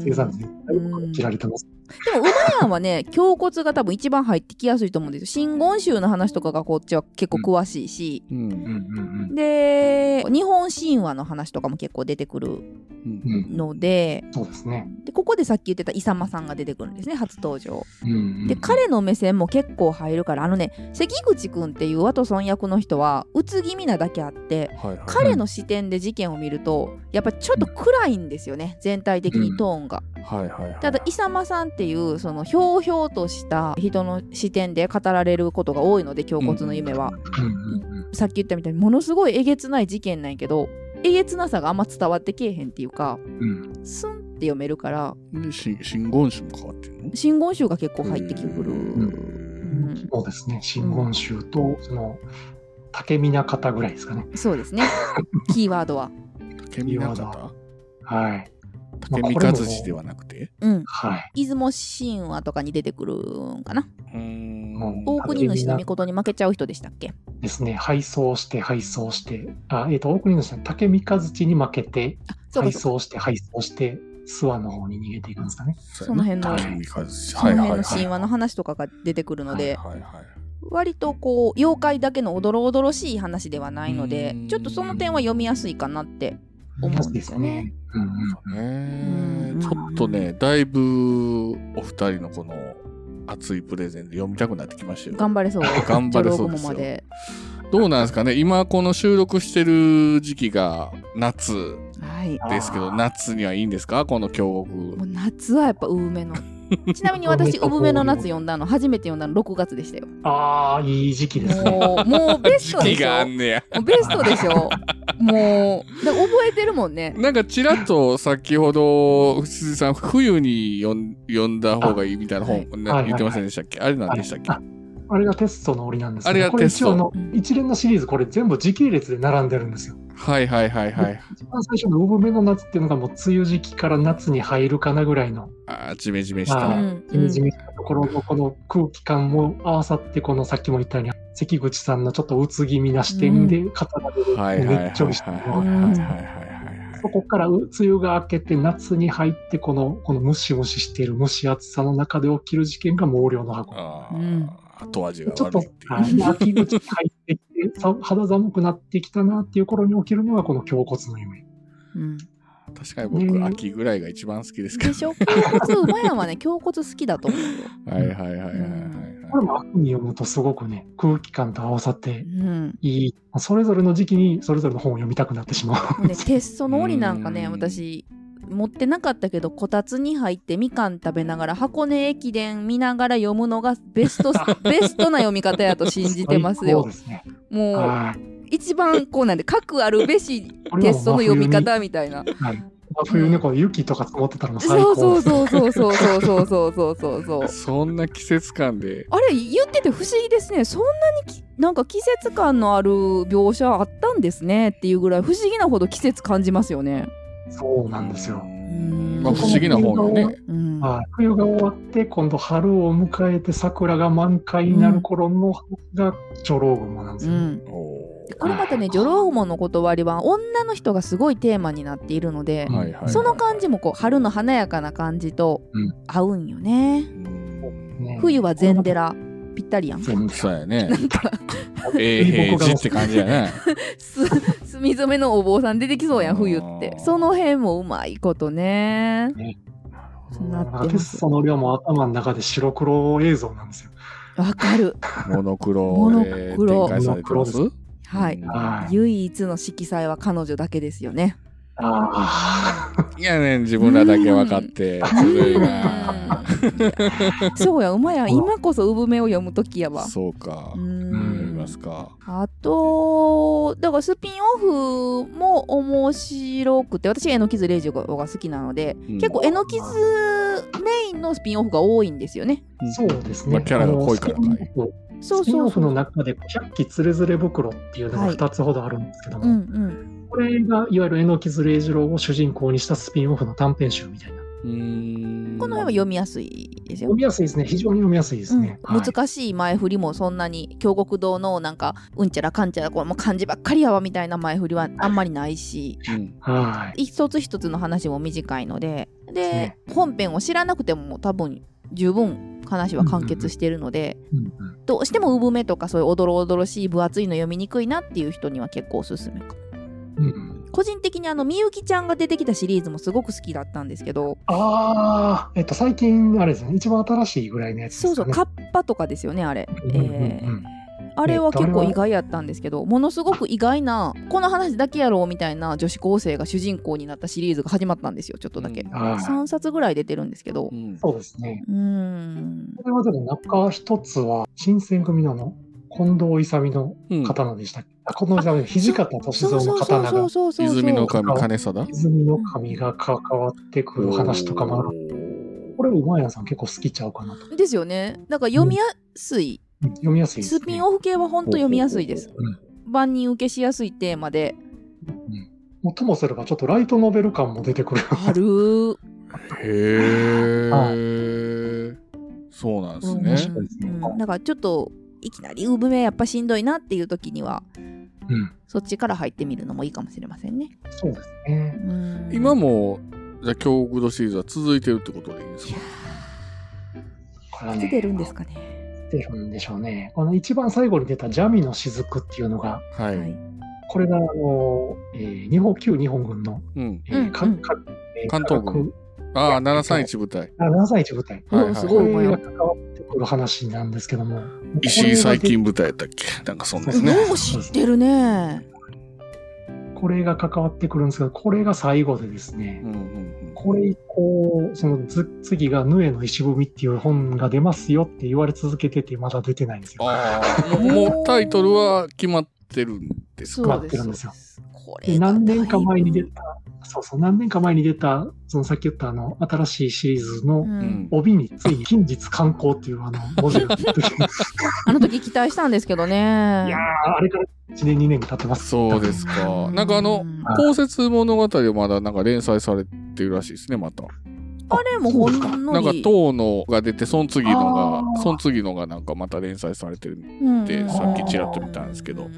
S6: 生産性。切られてます。
S2: でも、馬やんはね、胸骨が多分一番入ってきやすいと思うんですよ。真言宗の話とかがこっちは結構詳しいし、
S1: うん
S6: うんうん
S2: で日本神話の話とかも結構出てくる
S1: うん
S6: うん。うん。
S2: ので
S6: そうですね。
S2: でここでさっき言ってたイサマさんが出てくるんですね初登場
S6: うんうん。
S2: で彼の目線も結構入るからあのね関口くんっていうワトソン役の人はうつ気味なだけあって
S1: はいはい
S2: 彼の視点で事件を見るとやっぱちょっと暗いんですよね全体的にトーンが。
S1: はいはいはい
S2: ただイサマさんっていうそのひょうひょうとした人の視点で語られることが多いので胸骨の夢は。
S6: うんうんうん。
S2: さっき言ったみたいにものすごいえげつない事件なんやけどえげつなさがあんま伝わってけえへんっていうか
S6: うん
S2: スンって読めるから
S1: でし真言宗も変わってるの
S2: 真言宗が結構入ってきてくる、う
S1: る
S2: ん、
S6: そうですね。真言宗と、その、竹見な方ぐらいですかね。
S2: そうですね キーワードは
S1: 竹見なか
S6: はい。
S1: った竹見和司ではなくて
S2: うん
S6: はい。
S2: 出雲神話とかに出てくるんかな
S1: うーん
S2: 大国主の御事に負けちゃう人でしたっけ
S6: ですね。配送して、配送して、あ、えっ、と、大国の人は竹三和地に負けて、
S2: あそうか
S6: 配
S2: そう
S6: 送して、配送して、諏訪の方に逃げていくんですかね。
S1: そ
S2: その辺の
S1: 竹見和司
S2: そ
S1: は
S2: の
S1: いはいはい
S2: 辺の神話の話とかが出てくるので
S1: はいはいはい
S2: 割とこう妖怪だけのおどろおどろしい話ではないので
S1: うん
S2: ちょっとその点は読みやすいかなって思うんですよね。
S6: うんうん。
S1: ね
S2: うん
S1: ちょっとねだいぶお二人のこの熱いプレゼンで読みたくなってきましたよ
S2: 頑張れそう
S1: 頑張れそうですよ
S2: ジョローグモまで
S1: どうなんですかね今この収録してる時期が夏
S2: はい。
S1: ですけ
S6: あ
S1: ど
S6: ー
S1: 夏にはいいんですかこの京極
S2: もう夏はやっぱ 産めの。ちなみに私、産めの夏読んだの、初めて読んだの6月でしたよ。
S6: ああ、いい時期ですね。
S2: もう、もうベス
S1: 時
S2: トで
S1: 期
S2: し
S1: があ
S2: ょ。
S1: んねや
S2: もうベストでしょ。もう、だから覚えてるもんね。
S1: なんかちらっと先ほど鈴井さん冬に読ん読んだ方がいいみたいな本
S6: あ
S1: な
S6: は
S1: い言ってませんでしたっけあれなんでしたっけ
S6: ああれがテストの折なんです
S1: あれが
S6: これ
S1: テス
S6: 一
S1: ト
S6: 応あの
S2: うん
S6: 一連のシリーズこれ全部時系列で並んでるんですよ。
S1: はいはいはいはい。
S6: 一番最初の産めの夏っていうのがもう梅雨時期から夏に入るかなぐらいの
S1: あージメジメし
S2: う
S6: は
S1: た。
S2: ん
S6: じめじめしたところのこの空気感も合わさってこのさっきも言ったように関口さんのちょっとうつ気味な視点で語られる
S1: はいはいはいはい
S6: めっちゃ美味しい
S1: はいはいはい
S6: そこから梅雨が明けて夏に入ってこのこのムシムシしている蒸し暑さの中で起きる事件が毛量の箱。
S1: あ
S2: うん
S1: ー後味が
S6: ちょっ
S1: 悪
S6: と、
S1: いっ
S6: は
S1: て
S6: い
S1: いう。
S6: 秋口入ってきて、さ肌寒くなってきたなっていう頃に起きるのがこの胸骨の夢。
S2: うん、
S1: 確かに僕、
S6: うん
S1: 秋ぐらいが一番好きですけ
S2: で
S1: ど。
S2: しょ胸骨馬やんはね胸骨好きだと思うよ、
S1: はいはいはいはいはいはい。
S6: これも秋に読むとすごくね、空気感と合わさっ
S2: う
S6: て
S2: ん、も
S6: いい。それぞれの時期にそれぞれの本を読みたくなってしまう。
S2: うねテストの折なんかね
S1: うん
S2: 私持ってなかったけどこたつに入ってみかん食べながら箱根駅伝見ながら読むのが ベストベストな読み方やと信じてます
S6: 最高
S2: よ
S6: ですね。
S2: もう
S6: はい。
S2: 一番こうなんで核あるべし
S6: これ
S2: テ
S6: は
S2: ストの読み方みたい な
S6: 真冬にこう雪とか積もってたらもう最
S2: そ
S6: 高
S2: うそうそうそうそうそうそうそうそうそう
S1: そんな季節感で、
S2: あれ言ってて不思議ですねそんなにきなんか季節感のある描写あったんですねっていうぐらい不思議なほど季節感じますよね。
S6: そうなんですよ。
S2: ん
S1: まあ、不思議な本よね。
S2: うん
S6: はい、冬が終わって今度春を迎えて桜が満開になる頃のが女郎雲なんです
S2: う
S6: よ、ね
S2: ん、
S1: お
S2: これまたね「女郎雲の断り」は女の人がすごいテーマになっているので
S1: ーはいはいはい
S2: その感じもこう春の華やかな感じと
S6: うん
S2: 合うんよね。
S1: うん
S6: ね
S2: 冬は禅寺ぴったりやん。
S6: 全部
S1: そうやね。
S6: え
S1: 永平寺って感じやね。
S2: す 墨染めのお坊さん出てきそうやん冬っ
S1: あ
S2: て
S1: ー
S2: その辺もうまいことね。なって
S6: なん
S2: ます
S6: かテストの量も頭の中で白黒映像なんですよ。
S2: わかる。
S1: モノクロで展開されてます
S6: モノ
S2: はい。
S6: は
S2: 唯一の色彩は彼女だけですよね。
S6: あ
S1: いやねん、自分らだけ分かって、ずるいな。
S2: そうや、うまやん。今こそ産めを読むときやわ。
S1: そうか
S2: う。
S1: 思い
S2: ん
S1: ますか。
S2: あと、だからスピンオフも面白くて、私はえのきずレイジが好きなので、
S1: うん
S2: 結構えのきずメインのスピンオフが多いんですよね。
S6: あ、そうですね。
S1: まあキャラが濃いからかい
S6: あのスピンオフ
S2: そう
S6: スピン
S2: そ
S6: オ
S2: う
S6: フ
S2: そう。
S6: の中で100機つれづれ袋っていうのが2つほどあるんですけど
S2: うん
S6: も、
S2: うん。
S6: これがいわゆる榎木ずれ次郎を主人公にしたスピンオフの短編集みたいな。
S1: うーん
S2: この辺は読みやすいですよ
S6: 読。みやすいですね。非常に読みやすいですね。
S2: うん難しい前振りもそんなに京極堂のなんかうんちゃらかんちゃらこれもう漢字ばっかりやわみたいな前振りはあんまりないし
S1: うん
S6: はい。はい。
S2: 一つ一つの話も短いのでで、
S6: ね
S2: 本編を知らなくても多分十分話は完結してるので、
S6: うんうん
S2: どうしても産めとかそういうおどろおどろしい分厚いの読みにくいなっていう人には結構おすすめかも
S6: うん
S2: 個人的にあのみゆきちゃんが出てきたシリーズもすごく好きだったんですけど
S6: ああ、えっと、最近、あれですね、一番新しいぐらいのやつで
S2: そう
S6: す
S2: そ
S6: か
S2: う
S6: ね。
S2: カッパとかですよねあれ、
S6: うんうんうん
S2: えーあれは結構意外やったんですけど、ものすごく意外な、この話だけやろうみたいな女子高生が主人公になったシリーズが始まったんですよ、ちょっとだけ。
S1: うん
S6: はい
S2: 3冊ぐらい出てるんですけど
S1: う。ん
S6: そうですね。
S2: うーん。
S6: これはでも中一つは、新選組のあの近藤勇の
S1: うん
S6: 刀でしたっけ、あ近藤勇の土方歳
S2: そう
S6: 三
S2: そ
S6: の
S2: うそう
S6: 刀
S2: そ
S6: が
S2: う、そうそう。
S1: 泉の神金貞
S6: 泉の神が関わってくる話とかもある。これ、馬屋さん結構好きちゃうかなと。
S2: ですよね。だから読みやすい。
S6: うん読みやすいです、ね。
S2: スピンオフ系は本当読みやすいです。万人受けしやすいテーマで。
S6: もうともすれば、ちょっとライトノベル感も出てくる。
S2: あるー。
S1: へ
S6: は
S1: え。そうなんで
S2: う
S1: す
S2: ん
S1: ね。
S6: 白いですね
S2: うんだからちょっと、いきなり産めやっぱしんどいなっていう時には、
S6: うん。
S2: そっちから入ってみるのもいいかもしれませんね。
S6: そうですね。
S2: うん
S1: 今も、じゃあ、京極堂シリーズは続いてるってことでいいんですか
S6: これはね
S2: 出てるんですかね。
S6: 出るんでしょうね。この一番最後に出たジャミの雫っていうのが、
S1: は。
S2: はいい。
S6: これがあの、えー日本旧日本軍の、
S1: うん。
S6: えー
S2: うん
S6: か
S2: うん
S6: かえー
S1: 関東軍ああ、731部隊。
S6: あ7歳一部隊。
S1: はいうは
S2: ん
S1: い
S2: す
S6: こ
S2: ごい
S6: れ
S2: 思い
S6: が関わってくる話なんですけども。
S1: 石井最
S6: こ
S1: 近部隊やったっけなんかそんな
S6: で
S1: です
S6: す
S1: ね
S6: ね。
S2: よう知ってるね。
S6: れが。これが関わってくるんですが、これが最後でですね、
S1: うんうん
S6: これ以降、そのず次がヌエの石踏みっていう本が出ますよって言われ続けてて、まだ出てないんですよ。
S1: ああ、もうもうタイトルは決まってるんですか
S2: そうです。
S6: 変わってるんですよ
S2: これ
S6: で
S2: が
S6: 何年か前に出た、そうそう、何年か前に出た、そのさっき言ったあの、新しいシリーズの、
S2: うん
S1: うん
S6: 帯についに近日刊行っていうあの文字が出てきて
S2: あの時期待したんですけどね。
S6: いやーあれから1年2年経ってます
S1: そうですか。なんかあの
S2: う、ん
S1: 公設物語をまだなんか連載されてるらしいですね、また。
S2: あれも
S6: そ
S2: ほ
S6: うですか
S2: んの
S1: なんか
S2: り。
S1: 遠野が出て、その次の
S6: あ
S1: が、
S6: ー
S1: その次のがなんかまた連載されてる。って
S6: さっきちらっと
S1: 見たんですけど
S2: うううん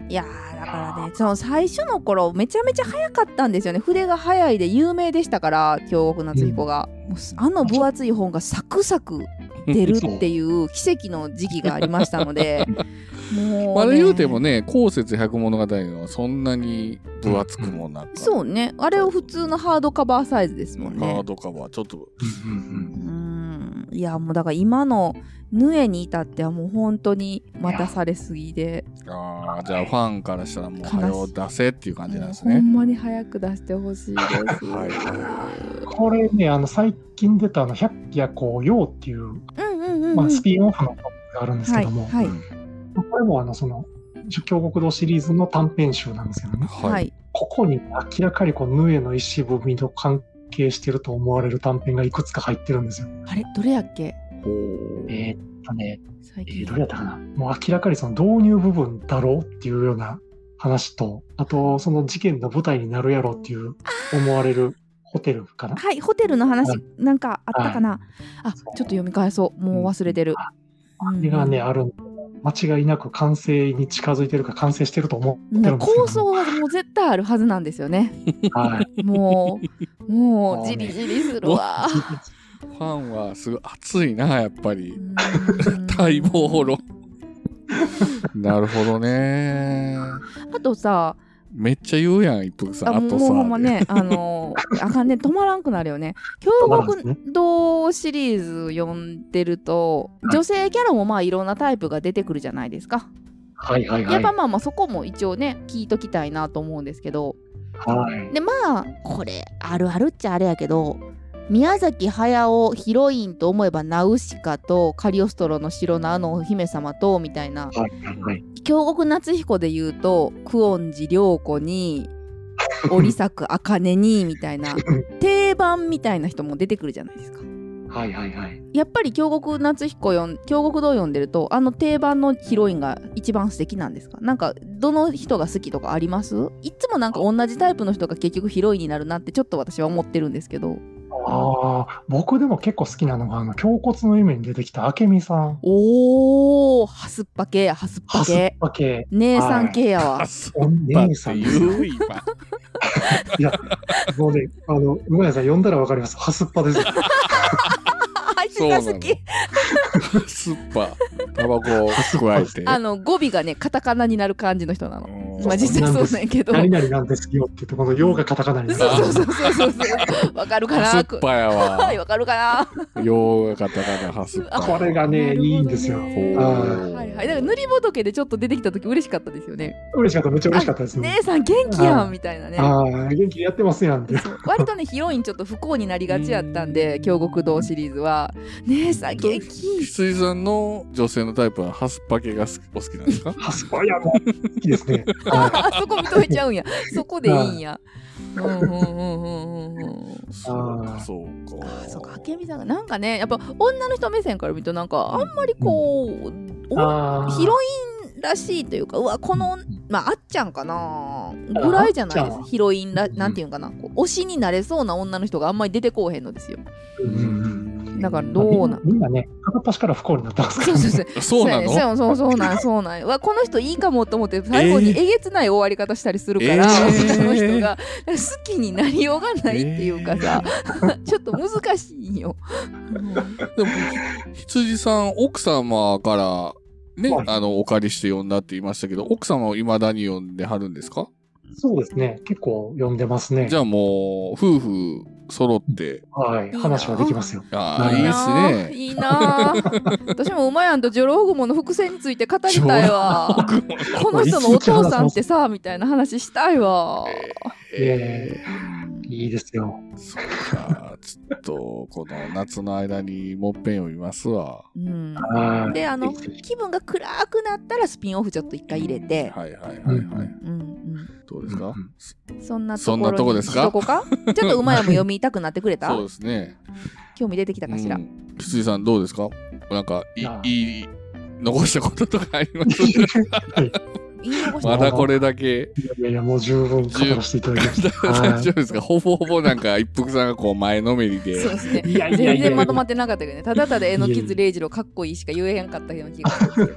S2: うんいやーだからね、その最初の頃めちゃめちゃ早かったんですよね。筆が早いで有名でしたから、京極夏彦が。もうあの分厚い本がサクサク出るっていう奇跡の時期がありました のでも
S1: まあ
S2: う、
S1: あ
S2: ね、
S1: れ言うてもね、後節百物語はそんなに分厚くもなく、
S2: そうねあれは普通のハードカバーサイズですもん
S1: ハー
S2: ね
S1: ドカバー、ちょっと、
S2: うーんいやもうだから今のヌエに至ってはもう本当に待たされすぎで、
S1: ああ、じゃあファンからしたらもう、
S2: 悲しい
S1: 早う出せっていう感じなんです
S2: もうほ
S1: ね。
S2: んまに早く出してほしいです。
S1: はい
S6: これね、あの最近出たあの百鬼夜行ようっていう、
S2: うんうんうんうん、
S6: まあ、スピンオフの本があるんですけども、
S2: はいはい
S6: これもあのその京極堂シリーズの短編集なんですけどね、
S1: は。
S2: はいい、
S6: ここに明らかにこうヌエの石踏みと関係してると思われる短編がいくつか入ってるんですよ。
S2: あれどれやっけ
S1: ほう
S6: えーっとね、
S2: 最
S6: え
S2: 近
S6: ーどれやったかな、もう明らかにその導入部分だろうっていうような話と、あとその事件の舞台になるやろうっていう思われるホテルかな。
S2: はい、ホテルの話
S6: は、
S2: なんかあったかな。あ、ちょっと読み返そう。もう忘れてる。
S6: あれがね、
S2: うん
S6: あるんで間違いなく完成に近づいてるか完成してると思って
S2: だ
S6: る
S2: から
S6: んですけど
S2: 構想はもう絶対あるはずなんですよ ね。
S6: はい
S2: もう、もう、
S6: あー
S2: じ
S6: ね
S2: りじりするわ。
S1: ファンはすごい熱いな、やっぱ
S2: う
S1: り。
S2: ん
S1: 待望論。なるほどね。
S2: あとさ、
S1: めっちゃ言うやん、一服さん。
S2: あ
S1: あ
S2: も
S1: と
S2: う
S1: さ。
S2: ほんまね、あのー、あかんね、止まらんくなる よね。京
S6: まらんですね
S2: 極堂シリーズ読んでると、女性キャラもまあいろんなタイプが出てくるじゃないですか。
S6: はいはい
S2: や
S6: は
S2: っ
S6: い。
S2: ぱまあまあそこも一応ね、聞いときたいなと思うんですけど。
S6: はい、
S2: でまあこれあるあるっちゃあれやけど宮崎駿ヒロインと思えばナウシカとカリオストロの城のあのお姫様とみたいな
S6: はいはいはい。
S2: 京極夏彦で言うと久遠寺涼子 に織作茜にみたいな定番みたいな人も出てくるじゃないですか。
S6: はいはいはい。
S2: やっぱり京極夏彦読ん京極堂読んでるとあの定番のヒロインが一番素敵なんですかなんかどの人が好きとかありますいつもなんか同じタイプの人が結局ヒロインになるなってちょっと私は思ってるんですけど
S6: ああ、僕でも結構好きなのが、あの、胸骨の夢に出てきた明美さん。
S2: おおはすっぱ系はすっぱ
S6: はすっ
S2: 系
S6: ぱ系。
S2: 姉さん系やわ
S1: あ、そ
S6: お
S1: うだっ
S6: 姉さ
S1: て
S6: ん。
S1: 言う、今。
S6: いや、もうね、あの、うまいさん読んだらわかります。はすっぱです。
S2: ああいつが好
S1: そ
S2: き
S1: スッパ、タバコを加えて。
S2: あの語尾がねカタカナになる感じの人なの
S1: うん
S2: まあ実際そうなんやけど
S6: 何々なんですよって言って、この用がカタカナになる。
S2: そうそうそうそうそうわかるかな
S1: スッパや
S2: は
S1: わ
S2: い。わかるかな
S1: ようがカタカナハスッパ。
S6: これが
S2: な
S6: ね、
S2: るほど
S6: いいんですよ。
S2: ね
S1: はい
S2: はいはい、だから塗りぼどけでちょっと出てきた時嬉しかったですよね。
S6: 嬉しかった、めっちゃ嬉しかったですね。
S2: 姉さん元気や
S6: うん
S2: んみたいなね。
S6: ああ、元気でやってますやんって。
S2: そう割とねヒロインちょっと不幸になりがちやったんで京極堂シリーズは「姉さん元
S1: 翡
S2: 気!
S1: 翠さんの女性のタイプはハスッパ系がすお好きなんですか
S6: はすっぱやも好きですね。」は
S2: あそこ認めちゃうんやそこでいいんや。うんうんうんうんうんうん
S1: そうか、そうか。
S2: あそうか明美さんがなんかねやっぱ女の人目線から見るとなんかあんまりこう、
S6: い
S2: お
S6: あー
S2: ヒロインらしいというかうわこのまああっちゃんかなぐらいじゃないで
S6: あっちゃん
S2: すヒロインら
S1: うん
S2: なんていうんかなこう推しになれそうな女の人があんまり出てこうへんのですよ
S6: うんうん
S2: だからどうなん
S6: みんなね、片っ端から不幸になったんです か
S2: そう
S6: ら
S2: そうそう
S1: そうなの
S2: そうやねそうそうそうなんそうなんうわこの人いいかもと思って最後に
S1: え
S2: え
S1: ー
S2: げつない終わり方したりするから、
S1: えー
S2: その人が好きになりようがないっていうかさ、 ちょっと難しいんよ、うん
S1: でも、羊さん、奥様から、ね
S6: はい、
S1: あの、お借りして読んだって言いましたけど、奥様を未だに読んではるんですか
S6: そうですね。結構読んでますね
S1: じ。ゃあもう、夫婦揃って、
S6: はい。
S2: な
S6: 話はできますよ。
S1: ああ、
S6: い
S1: い
S6: い
S1: い
S6: な
S1: っ
S2: なあ
S1: すね。
S2: いいなあ私も馬やんとジョロウグモの伏線について語りたいわ
S1: 僕も
S2: この人のお父さんってさみたいな話したいわ
S6: ええいいですよ。
S1: そっか、ちょっと、この夏の間にもっぺん読みますわ。
S2: うん
S6: はい
S2: であの
S6: ぜひぜひ
S2: 気分が暗くなったらスピンオフちょっと一回入れて、
S1: はいはいはいはい。
S2: うんうん、
S1: どうですか、
S6: うん
S2: そんな
S1: そんなと
S2: と
S1: こ
S2: こ
S1: で
S2: ですす
S1: か
S2: かどこかちょっと馬やも読みたくなってくれ た
S1: そうですね。
S2: 興味出てきたかしら、
S1: うん羊さん、どうですかなんか、い
S6: いや
S1: いい、残したこととかあります
S2: 言い残した
S1: まだこれだけ。
S6: いやいやいや、もう十分語らせていただきました。
S1: 大
S6: は
S1: 丈夫ですかほぼほぼなんか一服さんがこう前のめりで
S2: そうですね
S6: いいやいやいやいや
S2: 全然まとまってなかったけどねただただえのきずれいじろうかっこいいしか言えへんかったような気がする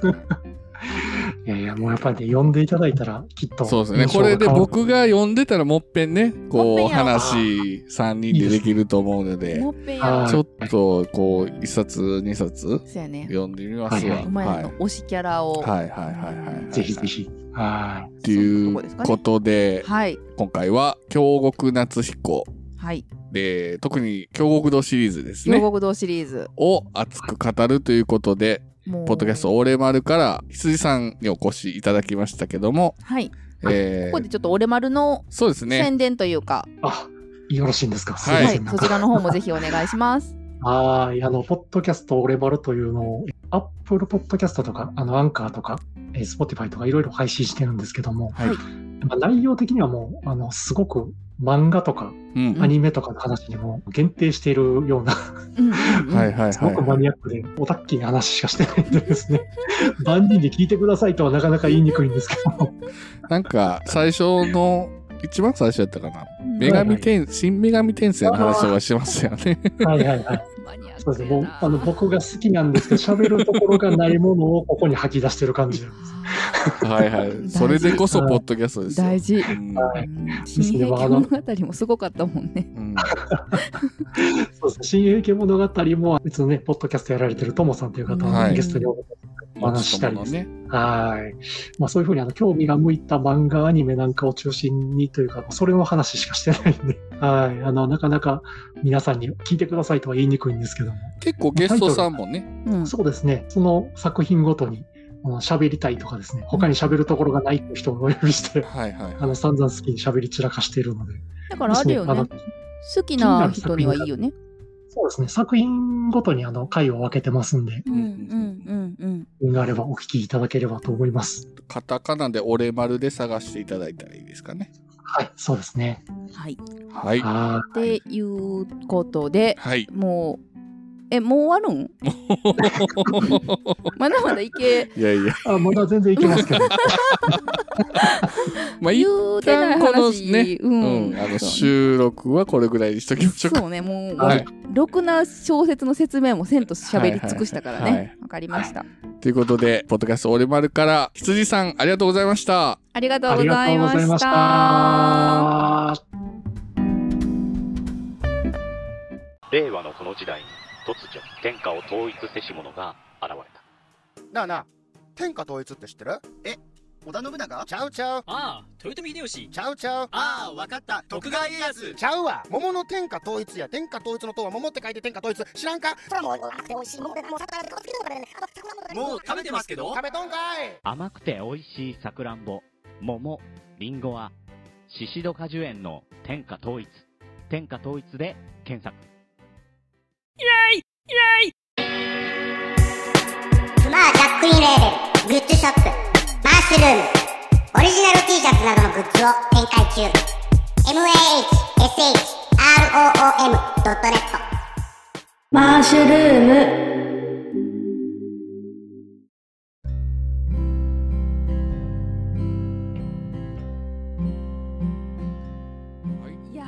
S6: いいやいや、もうやっぱりね、呼んでいただいたら、きっと。
S1: そうですね。これで僕が読んでたらもっぺんね、
S2: も
S1: こ
S2: っ
S1: う
S2: ぺんやろう
S1: 話3人でできると思うので、
S2: もっぺんやろ
S6: あー
S1: ちょっとこう1冊2冊
S2: そうやね
S1: 読んでみますわ。
S6: は
S1: はいい。
S2: 馬屋の
S1: は
S2: 推しキャラを
S1: い
S2: は
S1: はいはいはい。
S6: ぜひぜ。ひ。は
S1: っていうことで
S2: い、はい、
S1: 今回は京極夏彦で、特に京極堂シリーズです
S2: 両
S1: ね。
S2: 国道シリーズ
S1: を熱く語るということで、
S2: もう
S1: ポッドキャストオーレマルから羊さんにお越しいただきましたけども、
S2: はい
S1: え
S2: ここ
S1: ー
S2: で、ちょっと俺丸の
S1: そうですね。
S2: 宣伝というか、
S6: い。あ、よろしいんですか。すい
S1: は
S6: ま
S1: い
S2: は
S6: せ
S2: い
S6: ん、なん
S2: そち
S6: か。
S2: らの方もぜひお願いします。
S6: はい。あの、ポッドキャスト、俺バルというのを、アップルポッドキャストとか、あの、アンカーとか、えー Spotify とかいろいろ配信してるんですけども、
S1: はい
S6: まあ、内容的にはもう、あの、すごく漫画とか
S1: うん
S6: アニメとかの話にも限定しているような、
S2: うんうんうん
S1: はいはい
S6: すごくマ
S1: は
S6: ニアックで、オタッキーな話しかしてないんでで すね、万人に聞いてくださいとはなかなか言いにくいんですけども、
S1: い。なんか、最初の、一番最初やったかな。
S2: うん
S1: 女神転、新女神転生の話とかしてましたよね。
S6: はいはいはい。
S2: マニアッ
S6: そうで
S2: ク
S6: すね。
S2: や
S6: もう
S2: な
S6: あの僕が好きなんですけど、喋るところがないものをここに吐き出してる感じなんです。
S1: はいはい。それでこそ、ポッドキャストですよ。
S2: 大事。
S1: うん
S6: は
S2: うん新兵器物語もすごかったもんね。
S1: うん
S6: そうですね。新英家物語も別のね、ポッドキャストやられてるともさんという方
S1: は
S6: を
S1: い
S6: ゲストにお迎えしてお話ししたりですね。
S1: ね。
S6: はい。まあそういうふうにあの興味が向いた漫画、アニメなんかを中心にというか、それの話しかしてないんで、 はい。あの、なかなか皆さんに聞いてくださいとは言いにくいんですけども、
S1: 結構ゲストさんもね。
S2: うん
S6: そうですね。その作品ごとに、あの喋りたいとかですね、他に喋るところがないっていう人をお呼びして、
S1: はいはい
S6: あ。の、散々好きに喋り散らかしているので、
S2: だからあれよ
S6: そうあ
S2: ね
S6: の。
S2: 好きな人にはいいよね。
S6: そうですね。作品ごとにあの回を分けてますんで、
S2: う
S1: 気になる
S2: んうんうんうん。
S6: 運があればお聞きいただければと思います。
S1: カタカナでオレマルで探していただいたらいいですかね。
S6: はい、そうですね。
S2: はい。
S1: はい。
S6: は
S2: っ
S6: い。
S2: ていうことで、
S1: はい。
S2: もう、え、もう終わる んまだまだいけ、
S1: いやいや。
S6: あ、まだ全然いけますけ ど。
S1: まあ、
S2: 言
S1: 一
S2: うてない
S1: 旦この
S2: 話、
S1: ね、
S2: う
S1: うん、あの、収録はこれぐらいにしときましょうか。
S2: そうね、もう、
S1: はい
S2: ろくな小説の説明もせんと喋り尽くしたからね。わ、
S1: はいはいはい
S2: かりました。
S1: ということで、ポッドキャストオレマルから、羊さん、ありがとうございました。
S2: ありがと
S6: あ
S2: うご
S6: りが
S2: ざ
S6: と
S2: いう
S6: ご
S2: ま
S6: ざいま
S2: し。
S6: したた。
S7: 令和のこの時代に突如天下を統一せし者が現れた
S8: なあなあ天下統一って知ってるえ織田信長ちゃうちゃう
S9: ああ、豊臣秀吉。
S8: ちゃうちゃう
S9: ああ、わかった。徳川家康。
S8: ちゃうわ桃の天下統一や天下統一の塔は桃って書いて天下統一知らんか
S5: それはもう甘くて美味しいもんでもう桜で顔つけてもらえないあと桜も食べれない
S9: もう食べてますけど。
S8: 食べとんかい
S10: 甘くて美味しいさくらんぼ、桃、りんごは、シシド果樹園の天下統一。天下統一で検索。
S5: クマジャックインレーベルグッズショップマッシュルームオリジナル T シャツなどのグッズを展開中 mahshroom.net マッシュルーム
S2: いや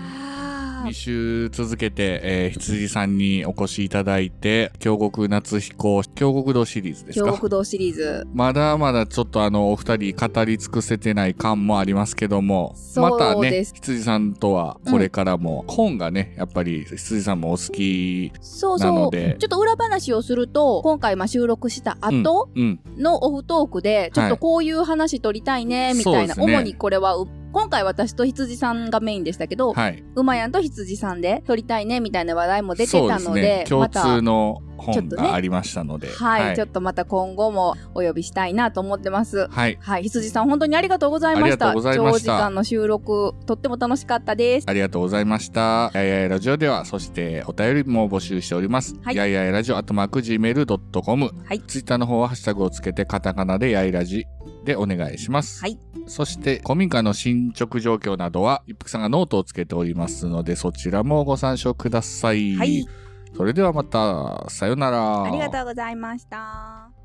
S1: 2
S2: ー
S1: 週続けて、えー羊さんにお越しいただいて、京極夏彦、京極堂シリーズです
S2: 京
S1: か
S2: 極堂シリーズ。
S1: まだまだちょっとあの、お二人語り尽くせてない感もありますけども、また
S2: そうで
S1: ね、
S2: す
S1: 羊さんとはこれからも、本がね、やっぱり羊さんもお好き
S2: そう
S1: な
S2: そ
S1: の
S2: う。
S1: で
S2: ちょ、っと裏話をすると、今回まあ収録した後
S1: うん、
S2: のオフトークで、ちょっとこういう話取りたいね、みたいな。
S1: そうですね
S2: 主にこれは、う今回私と羊さんがメインでしたけど、
S1: はい。
S2: 馬やんと羊さんで撮りたいね、みたいな話題も出て
S1: そう
S2: た
S1: す
S2: の
S1: ね
S2: で、
S1: 共
S2: また
S1: 通の
S2: ちょっ
S1: 本
S2: とね
S1: がありましたので、
S2: はい、
S1: はい
S2: ちょっとまた今後もお呼びしたいなと思ってます。
S1: はい
S2: はい、羊さん本当にありがとうございま
S1: ありが
S2: し
S1: と
S2: た。
S1: うございま
S2: 長
S1: し
S2: 時
S1: た
S2: 間の収録、とっても楽しかったです。
S1: ありがとうございました。やいやいラジオでは、そしてお便りも募集しております。
S2: はい
S1: やいやいラジオ、あとマーク Gmail.com。
S2: はい
S1: ツイッターの方は、ハッシュタグをつけて、カタカナでやいラジでお願いします。
S2: はい
S1: そして、古民家の進捗状況などは、一服さんがノートをつけておりますので、そちらもご参照ください。
S2: はい、
S1: それではまた、さよなら。
S2: ありがとうございました。